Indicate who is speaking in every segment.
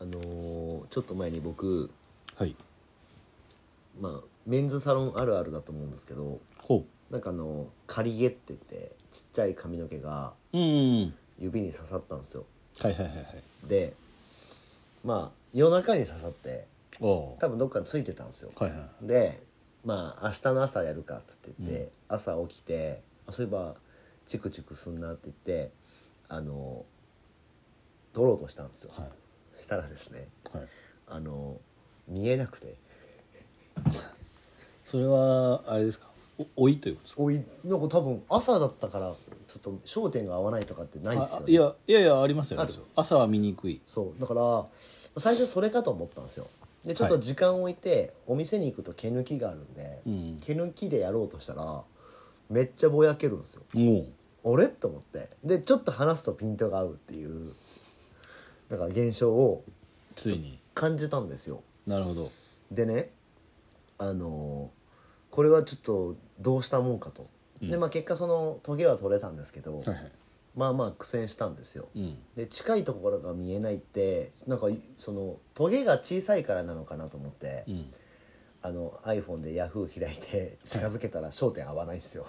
Speaker 1: あのーちょっと前に僕、
Speaker 2: はい
Speaker 1: まあ、メンズサロンあるあるだと思うんですけど
Speaker 2: ほ
Speaker 1: なんかあの刈り毛って言ってちっちゃい髪の毛が
Speaker 2: ううん
Speaker 1: 指に刺さったんですよ
Speaker 2: はいはいはいはい
Speaker 1: でまあ夜中に刺さって
Speaker 2: おー
Speaker 1: 多分どっかについてたんですよ
Speaker 2: はいはい
Speaker 1: でまあ明日の朝やるかっつって言って、朝起きてあそういえばチクチクすんなって言ってあの取ろうとしたんですよ、
Speaker 2: はい
Speaker 1: したらですね
Speaker 2: はい
Speaker 1: あの見えなくて
Speaker 2: それはあれですかお老いということですか
Speaker 1: おいなんか多分朝だったからちょっと焦点が合わないとかってないっすよ
Speaker 2: あ
Speaker 1: ね
Speaker 2: あいやいやいやありますよ
Speaker 1: あ
Speaker 2: あ
Speaker 1: る
Speaker 2: りますよ朝は見にくい
Speaker 1: そうだから最初それかと思ったんですよでちょっと時間を置いてお店に行くと毛抜きがあるんで、
Speaker 2: うん
Speaker 1: 毛抜きでやろうとしたらめっちゃぼやけるんですよ
Speaker 2: も
Speaker 1: あれと思ってでちょっと話すとピントが合うっていうなんか現象を
Speaker 2: ついに
Speaker 1: 感じたんですよ
Speaker 2: なるほど
Speaker 1: でねあのーこれはちょっとどうしたもんかと、
Speaker 2: うん
Speaker 1: でまあ結果そのトゲは取れたんですけど、
Speaker 2: はいはい
Speaker 1: まあまあ苦戦したんですよ
Speaker 2: うん
Speaker 1: で近いところが見えないってなんかそのトゲが小さいからなのかなと思って、
Speaker 2: うん
Speaker 1: あの iPhone で Yahoo 開いて近づけたら焦点合わないんですよ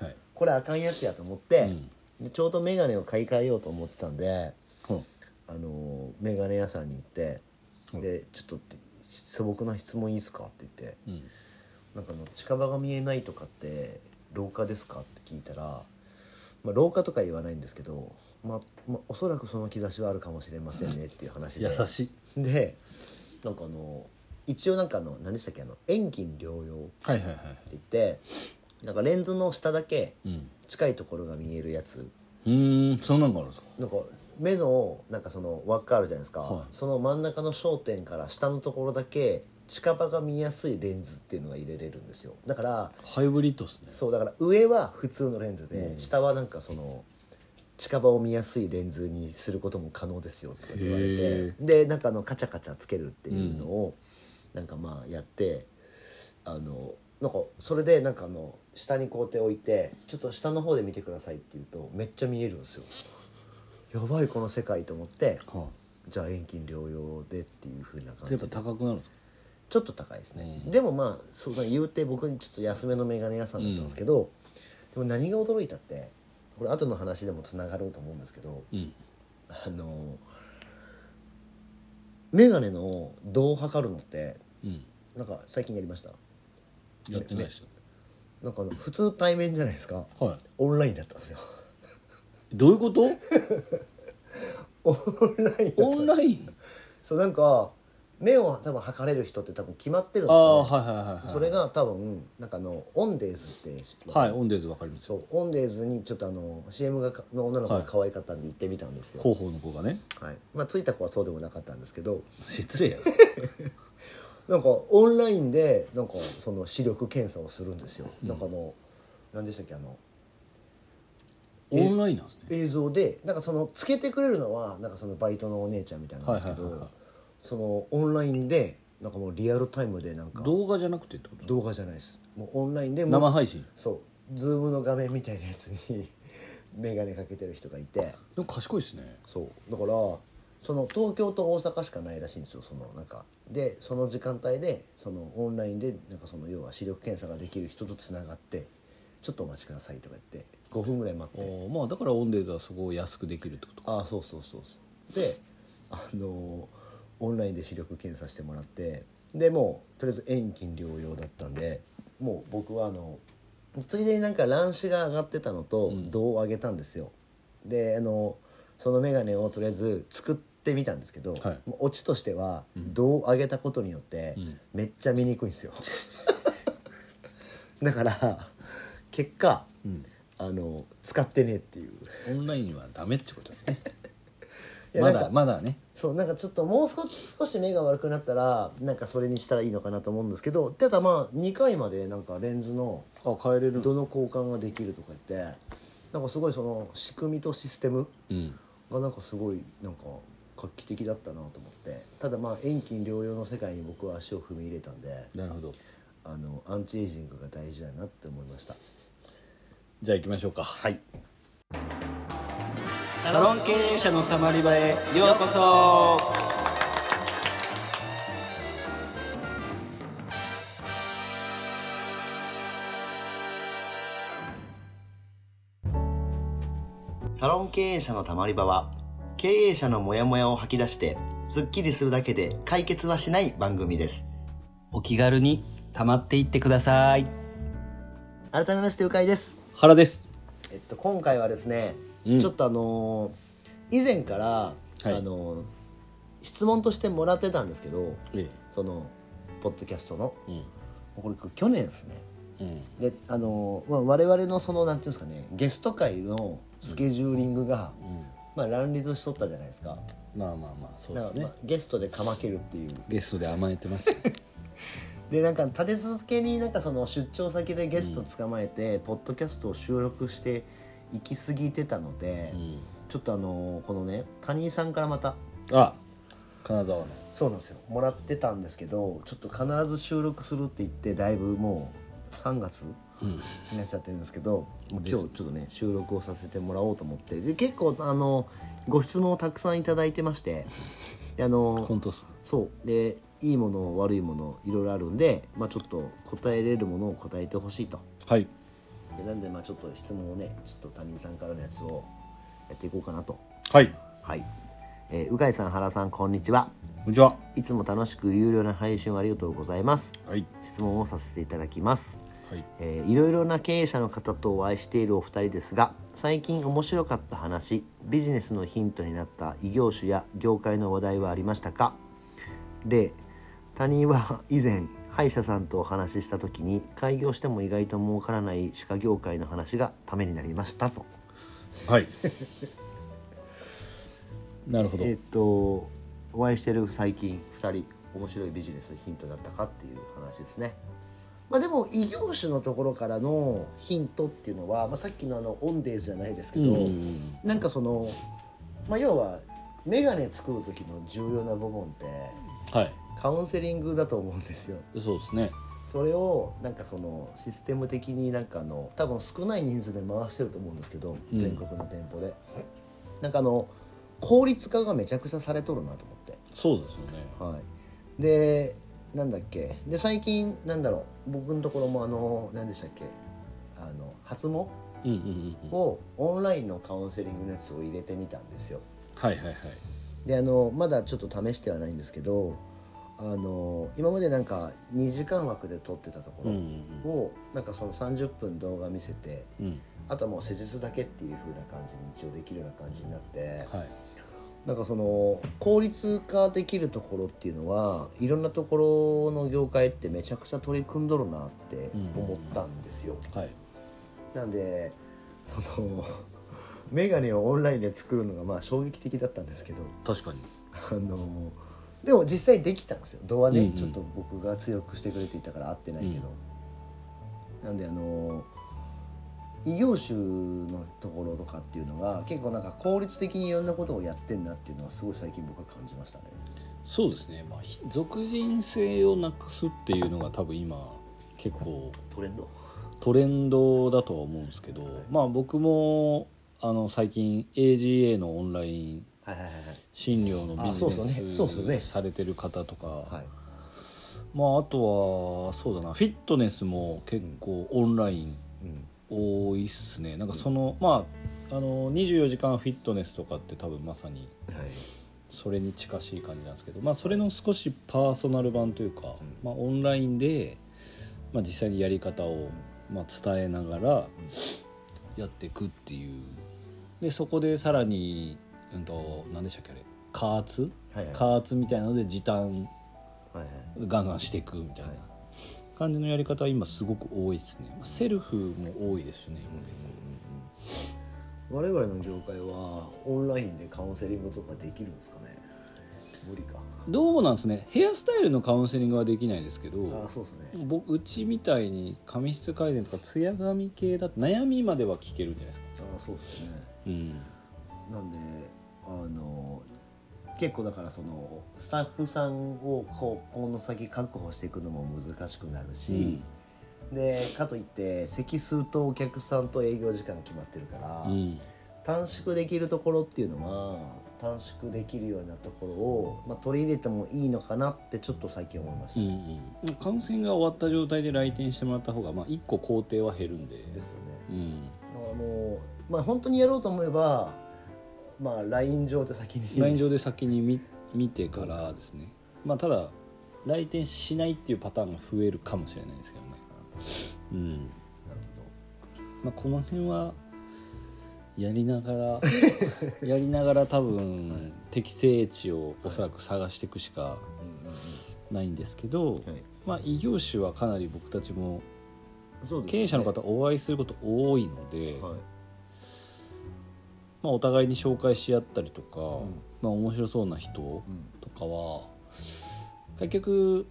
Speaker 2: はい
Speaker 1: これあかんやつやと思って、
Speaker 2: うん
Speaker 1: でちょうど眼鏡を買い替えようと思ってたんで
Speaker 2: ほう
Speaker 1: あの眼鏡屋さんに行って「
Speaker 2: うん
Speaker 1: でちょっとって素朴な質問いいですか?」って言って
Speaker 2: うん
Speaker 1: 「なんかあの近場が見えないとかって老化ですか?」って聞いたら「まあ、老化とか言わないんですけど、まあまあ、おそらくその兆しはあるかもしれませんね」っていう話で
Speaker 2: 優しい
Speaker 1: でなんかあの一応なんかあの何でしたっけあの遠近療養って
Speaker 2: はいはいはい
Speaker 1: 言ってなんかレンズの下だけ
Speaker 2: うん
Speaker 1: 近いところが見えるやつ
Speaker 2: うーんそんなんがあるんですか
Speaker 1: なんか目のなんかその輪っかあるじゃないですか、
Speaker 2: はい
Speaker 1: その真ん中の焦点から下のところだけ近場が見やすいレンズっていうのが入れれるんですよだから
Speaker 2: ハイブリッドっすね
Speaker 1: そうだから上は普通のレンズで、下はなんかその近場を見やすいレンズにすることも可能ですよとか言われて
Speaker 2: へ
Speaker 1: でなんかあのカチャカチャつけるっていうのを、なんかまあやってあのなんかそれでなんかあの下にこう手置いてちょっと下の方で見てくださいって言うとめっちゃ見えるんですよ。やばいこの世界と思って
Speaker 2: は
Speaker 1: じゃあ遠近療養でっていう風な
Speaker 2: あ
Speaker 1: 感
Speaker 2: や
Speaker 1: じ
Speaker 2: っぱ
Speaker 1: で
Speaker 2: 高くなるんですか
Speaker 1: ちょっと高いですね、でもまあそうだ言うて僕ちょっと安めの眼鏡屋さんだったんですけど、でも何が驚いたってこれ後の話でもつながろうと思うんですけど
Speaker 2: うん
Speaker 1: あの眼鏡の度を測るのって
Speaker 2: うん
Speaker 1: なんか最近やりました
Speaker 2: やってないですよ
Speaker 1: なんかあの普通対面じゃないですか
Speaker 2: は
Speaker 1: オンラインだったんですよ
Speaker 2: いどういうこと
Speaker 1: オンラインだ
Speaker 2: オンライン
Speaker 1: そうなんか目を多分測れる人って多分決まってるん
Speaker 2: あ
Speaker 1: です
Speaker 2: あ
Speaker 1: よ、
Speaker 2: はいはいはいはい
Speaker 1: それが多分なんかあのオンデーズって知ってます
Speaker 2: はいオンデーズわかります
Speaker 1: そうオンデーズにちょっとあの CM がかの女の子が可愛かったんで行ってみたんですよ、はい
Speaker 2: 広報の子がね
Speaker 1: まあ、着いた子はそうでもなかったんですけど
Speaker 2: 失 礼や
Speaker 1: なんかオンラインでなんかその視力検査をするんですよ、なんかあの何でしたっけあのえ
Speaker 2: オンラインなんですね
Speaker 1: 映像でなんかそのつけてくれるのはなんかそのバイトのお姉ちゃんみたいなんですけど、
Speaker 2: はいはいはいはい
Speaker 1: そのオンラインでなんかもうリアルタイムでなんか
Speaker 2: 動画じゃなくてってこと
Speaker 1: 動画じゃないですもうオンラインでもう
Speaker 2: 生配信
Speaker 1: そうズームの画面みたいなやつに 眼鏡かけてる人がいて。
Speaker 2: でも賢いですね
Speaker 1: そうだからその東京と大阪しかないらしいんですよそのなんかでその時間帯でそのオンラインでなんかその要は視力検査ができる人とつながって「ちょっとお待ちください」とか言って5分ぐらい待って
Speaker 2: おーまあだからオンデーズはそこを安くできるってことか
Speaker 1: ああそうそうそうそうであのーオンラインで視力検査してもらってでもうとりあえず遠近療養だったんでもう僕はあのついでになんか乱視が上がってたのと度を上げたんですよ、であのその眼鏡をとりあえず作ってみたんですけど、
Speaker 2: はい
Speaker 1: もうオチとしては度を上げたことによって
Speaker 2: ん
Speaker 1: めっちゃ見にくいんですよ、 だから結果、あの使ってねえっていう
Speaker 2: オンラインはダメってことですね
Speaker 1: いや
Speaker 2: ま
Speaker 1: なん
Speaker 2: だ
Speaker 1: か
Speaker 2: まだね
Speaker 1: そうなんかちょっともう少し少し目が悪くなったらなんかそれにしたらいいのかなと思うんですけどただまあ2回までなんかレンズの
Speaker 2: あ変えれる
Speaker 1: どの交換ができるとか言ってなんかすごいその仕組みとシステム
Speaker 2: うん
Speaker 1: がなんかすごいなんか画期的だったなと思ってただまあ遠近療養の世界に僕は足を踏み入れたんで
Speaker 2: なるほど
Speaker 1: あのアンチエイジングが大事だなって思いました。
Speaker 2: じゃあ行きましょうかはい
Speaker 3: サロン経営者のたまり場へようこそ
Speaker 1: サロン経営者のたまり場は経営者のモヤモヤを吐き出してスッキリするだけで解決はしない番組です
Speaker 3: お気軽にたまっていってください
Speaker 1: 改めましてうかいです
Speaker 2: 原です
Speaker 1: えっと今回はですね、
Speaker 2: うん
Speaker 1: ちょっとあのー以前から、
Speaker 2: い
Speaker 1: あのー質問としてもらってたんですけど
Speaker 2: え
Speaker 1: そのポッドキャストの
Speaker 2: えうん
Speaker 1: これ去年ですね
Speaker 2: うん
Speaker 1: であのまあ、我々のそのなんていうんですかねゲスト会のスケジューリングが、まあ、乱立しとったじゃないですか
Speaker 2: まあまあまあそう
Speaker 1: だ
Speaker 2: で
Speaker 1: か
Speaker 2: す
Speaker 1: ら、
Speaker 2: ね
Speaker 1: まあ、ゲストでかまけるっていう
Speaker 2: ゲストで甘えてますよ
Speaker 1: でなんか立て続けになんかその出張先でゲスト捕まえて、ポッドキャストを収録して行き過ぎてたので、
Speaker 2: うん
Speaker 1: ちょっとあのこのね谷井さんからまた
Speaker 2: あ金沢の
Speaker 1: そうなんですよもらってたんですけどちょっと必ず収録するって言ってだいぶもう3月になっちゃってるんですけど、もう今日ちょっとね収録をさせてもらおうと思ってで結構あのご質問をたくさんいただいてましてであの
Speaker 2: 本当っすね
Speaker 1: そうでいいもの悪いものいろいろあるんで、まあ、ちょっと答えれるものを答えてほしいと
Speaker 2: はい
Speaker 1: でなんでまあちょっと質問をねちょっと谷井さんからのやつをやっていこうかなと
Speaker 2: はい
Speaker 1: はい、えー、うかいさん原さんこんにちは
Speaker 2: こんにちはい
Speaker 1: つも楽しく有料な配信をありがとうございます。
Speaker 2: はい
Speaker 1: 質問をさせていただきます。
Speaker 2: はい
Speaker 1: えーいろいろな経営者の方とお会いしているお二人ですが最近面白かった話ビジネスのヒントになった異業種や業界の話題はありましたか例他人は 以前歯医者さんとお話しした時に開業しても意外と儲からない歯科業界の話がためになりましたと。
Speaker 2: はい なるほど
Speaker 1: えーっとお会いしてる最近2人面白いビジネスのヒントだったかっていう話ですね。まあ、でも異業種のところからのヒントっていうのは、まあ、さっきのあのオンデーズじゃないですけど、
Speaker 2: うん
Speaker 1: なんかその、まあ、要は眼鏡作る時の重要な部分って
Speaker 2: はい
Speaker 1: カウンセリングだと思うんですよ。
Speaker 2: そうですね
Speaker 1: それをなんかそのシステム的になんかあの多分少ない人数で回してると思うんですけど
Speaker 2: うん
Speaker 1: 全国の店舗で、なんかあの効率化がめちゃくちゃされとるなと思って
Speaker 2: そうですよね
Speaker 1: はいでなんだっけで最近なんだろう僕のところもあの何でしたっけあの発毛
Speaker 2: うんうんうんうん
Speaker 1: をオンラインのカウンセリングのやつを入れてみたんですよ
Speaker 2: はいはいはい
Speaker 1: であのまだちょっと試してはないんですけどあの今までなんか2時間枠で撮ってたとこ
Speaker 2: う
Speaker 1: ろ、
Speaker 2: んうん
Speaker 1: をなんかその30分動画見せて
Speaker 2: うんうん
Speaker 1: あとはもう施術だけっていう風な感じに一応できるような感じになって
Speaker 2: はい
Speaker 1: なんかその効率化できるところっていうのはいろんなところの業界ってめちゃくちゃ取り組んどるなって思ったんですよ。
Speaker 2: はい
Speaker 1: なんでその メガネをオンラインで作るのがまあ衝撃的だったんですけど
Speaker 2: 確かに
Speaker 1: あのでも実際できたんですよ度はね、
Speaker 2: うんうん
Speaker 1: ちょっと僕が強くしてくれていたから合ってないけど、なんであの異業種のところとかっていうのが結構なんか効率的にいろんなことをやってんなっていうのはすごい最近僕は感じましたね
Speaker 2: そうですね、まあ、ひ俗人性をなくすっていうのが多分今結構
Speaker 1: トレンド
Speaker 2: トレンドだとは思うんですけど、まあ、僕もあの最近 AGA のオンライン
Speaker 1: はいはいはい
Speaker 2: 診療のビ
Speaker 1: あそうそうね
Speaker 2: ジネ
Speaker 1: そうそうね
Speaker 2: スされてる方とか、
Speaker 1: はいはい
Speaker 2: まあ、あとはそうだなフィットネスも結構オンライン
Speaker 1: うん
Speaker 2: 多いっすねなんかそのまああの24時間フィットネスとかって多分まさに
Speaker 1: はい
Speaker 2: それに近しい感じなんですけど、まあ、それの少しパーソナル版というか、まあ、オンラインで、まあ、実際にやり方を、まあ、伝えながらやっていくっていうでそこでさらに、うん、と何でしたっけあれ加圧
Speaker 1: はいはい
Speaker 2: 加圧みたいなので時短
Speaker 1: はいはい
Speaker 2: ガンガンしていくみたいな
Speaker 1: はい
Speaker 2: 感じのやり方は今すごく多いですねまあセルフも多いですね
Speaker 1: 我々の業界はオンラインでカウンセリングとかできるんですかね無理か
Speaker 2: どうなんですねヘアスタイルのカウンセリングはできないですけど
Speaker 1: ああそうですね
Speaker 2: 僕うちみたいに髪質改善とかツヤ髪系だと悩みまでは聞けるんじゃないですか
Speaker 1: ああそうですね
Speaker 2: うん
Speaker 1: なんであの結構だからそのスタッフさんをこうこの先確保していくのも難しくなるし、でかといって席数とお客さんと営業時間が決まってるから、
Speaker 2: うん
Speaker 1: 短縮できるところっていうのは短縮できるようなところを、まあ、取り入れてもいいのかなってちょっと最近思いました、
Speaker 2: うんうん、感染が終わった状態で来店してもらった方が、まあ、1個工程は減るんで、
Speaker 1: ですよね
Speaker 2: うん、
Speaker 1: だからもう、まあ、本当にやろうと思えば、まあ、LINE 上で先に
Speaker 2: LINE 上で先に見見てからですね、まあ、ただ来店しないっていうパターンが増えるかもしれないですけどね、うん
Speaker 1: なる
Speaker 2: まあ、この辺はやりな がらやりながら多分適正値をおそらく探していくしか
Speaker 1: ほど、
Speaker 2: ないんですけど、
Speaker 1: はい、
Speaker 2: まあ、異業種はかなり僕たちも
Speaker 1: そうですね
Speaker 2: 経営者の方お会いすること多いので、
Speaker 1: はい
Speaker 2: まあ、お互いに紹介し合ったりとか、
Speaker 1: ん
Speaker 2: まあ、面白そうな人
Speaker 1: うん
Speaker 2: とかは結局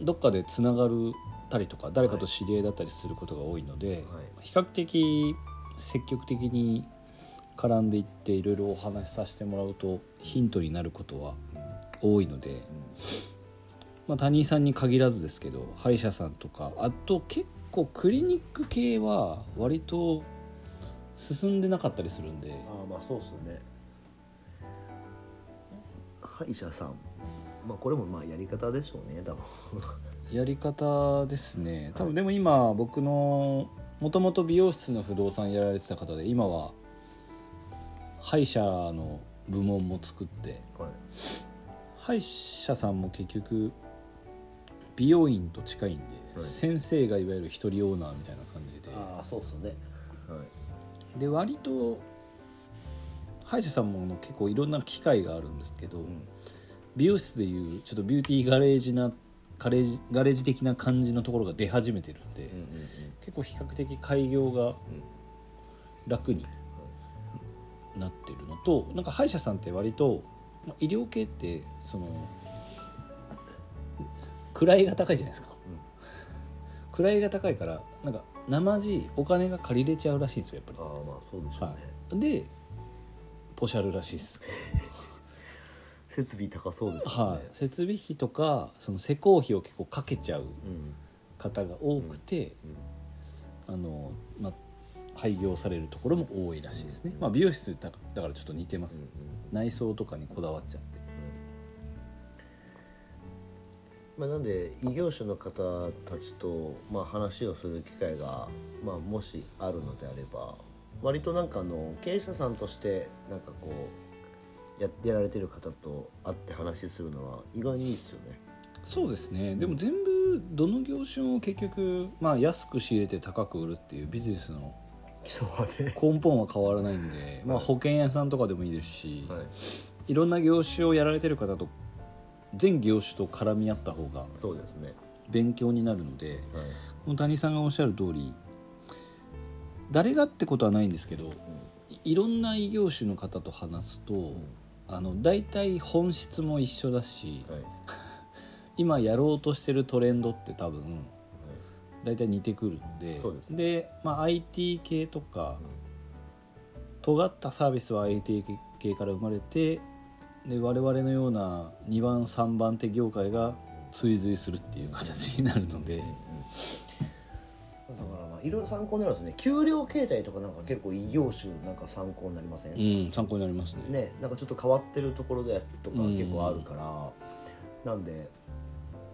Speaker 2: どっかでつながるたりとか誰かと知り合いだったりすることが多いので、比較的積極的に絡んでいっていろいろお話しさせてもらうとヒントになることは多いので、まあ、他人さんに限らずですけど歯医者さんとかあと結構クリニック系は割と進んでなかったりするんで。
Speaker 1: ああまあそうっすよね歯医者さんまあこれもまあやり方でしょうね多分
Speaker 2: やり方ですね多分でも今僕のもともと美容室の不動産やられてた方で今は歯医者の部門も作って
Speaker 1: はい
Speaker 2: 歯医者さんも結局美容院と近いんで、
Speaker 1: はい
Speaker 2: 先生がいわゆる一人オーナーみたいな感じで
Speaker 1: ああそうっすよねはい
Speaker 2: で割と歯医者さんも結構いろんな機会があるんですけど、
Speaker 1: ん
Speaker 2: 美容室でいうちょっとビューティーガレージなガレージガレージ的な感じのところが出始めてるん
Speaker 1: う
Speaker 2: で、
Speaker 1: んうんうん
Speaker 2: 結構比較的開業が楽になってるのとなんか歯医者さんって割とまあ医療系ってその位が高いじゃないですか、位が高いからなんか生地お金が借りれちゃうらしいんですよやっぱ
Speaker 1: ああまあそうでし
Speaker 2: り、
Speaker 1: ょう
Speaker 2: は
Speaker 1: ね、
Speaker 2: い、でポシャルらしいです
Speaker 1: 設備高そうですよね、
Speaker 2: はい、設備費とかその施工費を結構かけちゃう
Speaker 1: うん
Speaker 2: 方が多くて、あのまあ廃業されるところも多いらしいですね、まあ、美容室だだからちょっと似てます、内装とかにこだわっちゃって
Speaker 1: まあ、なんで異業種の方たちと、まあ、話をする機会が、まあ、もしあるのであれば割となんかあの経営者さんとしてなんかこうややられてる方と会って話するのは意外にいいっすよね。
Speaker 2: そうですねでも全部どの業種も結局、まあ、安く仕入れて高く売るっていうビジネスの
Speaker 1: 基礎はね、
Speaker 2: 根本は変わらないんで、まあ、保険屋さんとかでもいいですし、
Speaker 1: はい、
Speaker 2: い、ろんな業種をやられてる方と全業種と絡み合った方が
Speaker 1: そうですね、
Speaker 2: 勉強になるので。
Speaker 1: はい
Speaker 2: この谷さんがおっしゃる通り誰がってことはないんですけど、いいろんな異業種の方と話すと、あの大体本質も一緒だし、
Speaker 1: はい
Speaker 2: 今やろうとしてるトレンドって多分大体似てくるんで
Speaker 1: そうです
Speaker 2: まあ、IT 系とか、尖ったサービスは IT 系から生まれてで我々のような2番3番手業界が追随するっていう形になるので。
Speaker 1: だからまあいろいろ参考になるんですね給料形態とかなんか結構異業種なんか参考になりません、
Speaker 2: うん、参考になりますね。
Speaker 1: ね、なんかちょっと変わってるところでとか
Speaker 2: うん
Speaker 1: 結構あるから、なんで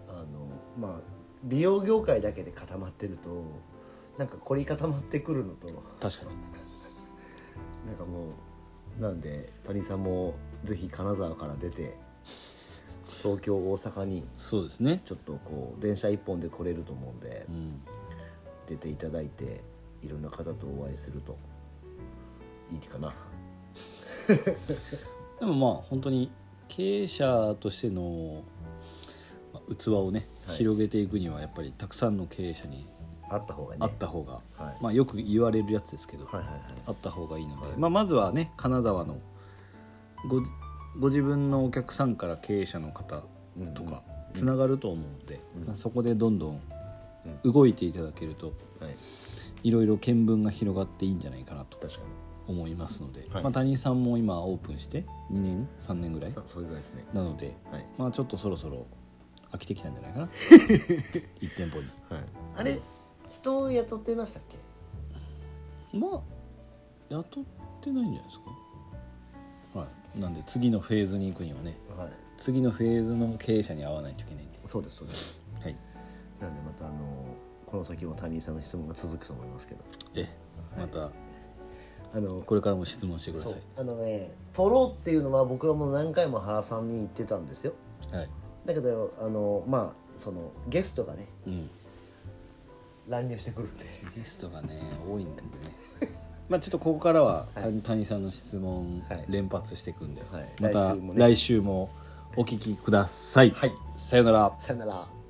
Speaker 1: あのまあ美容業界だけで固まってるとなんか凝り固まってくるのと
Speaker 2: 確かに。
Speaker 1: なんかもうなんで谷さんもぜひ金沢から出て東京大阪に
Speaker 2: そうですね。
Speaker 1: ちょっとこう電車一本で来れると思うんで
Speaker 2: うん。
Speaker 1: 出ていただいていろんな方とお会いするといいかな。
Speaker 2: でもまあ本当に経営者としてのまあ器をね、
Speaker 1: はい
Speaker 2: 広げていくにはやっぱりたくさんの経営者に
Speaker 1: あった方がね。
Speaker 2: 会った方が、
Speaker 1: はい
Speaker 2: まあよく言われるやつですけど、
Speaker 1: はいはいはい。
Speaker 2: あった方がいいので、まあまずはね金沢のごじご自分のお客さんから経営者の方とかつながると思うので、まあそこでどんどん動いていただけると
Speaker 1: はい、
Speaker 2: いろいろ見聞が広がっていいんじゃないかなと
Speaker 1: 確か
Speaker 2: 思いますので、
Speaker 1: はい
Speaker 2: まあ、谷井さんも今オープンして2年3年ぐら
Speaker 1: に
Speaker 2: い
Speaker 1: さそれぐらいですね。
Speaker 2: なので、
Speaker 1: はい
Speaker 2: まあちょっとそろそろ飽きてきたんじゃない かな1店舗に
Speaker 1: はい、あれ人を雇ってましたっけ
Speaker 2: まあ雇っってないんじゃないですかはいなんで次のフェーズに行くにはね
Speaker 1: はい、
Speaker 2: 次のフェーズの経営者に会わないといけないんで
Speaker 1: そうですそうです
Speaker 2: はい
Speaker 1: なんでまたあのこの先も谷井さんの質問が続くと思いますけど
Speaker 2: えまた
Speaker 1: あの
Speaker 2: これからも質問してくださ
Speaker 1: そうあのね取ろうっていうのは僕はもう何回も原さんに言ってたんですよ
Speaker 2: いはい
Speaker 1: だけどあのまあそのゲストがね
Speaker 2: うん
Speaker 1: 乱入してくるんで
Speaker 2: ゲストがね多いん でねまあちょっとここからは谷谷さんの質問
Speaker 1: はい
Speaker 2: 連発していくんで、
Speaker 1: はい
Speaker 2: ま
Speaker 1: 来
Speaker 2: た
Speaker 1: 週もね
Speaker 2: 来週もお聞きください、
Speaker 1: はい
Speaker 2: さよなら
Speaker 1: さよなら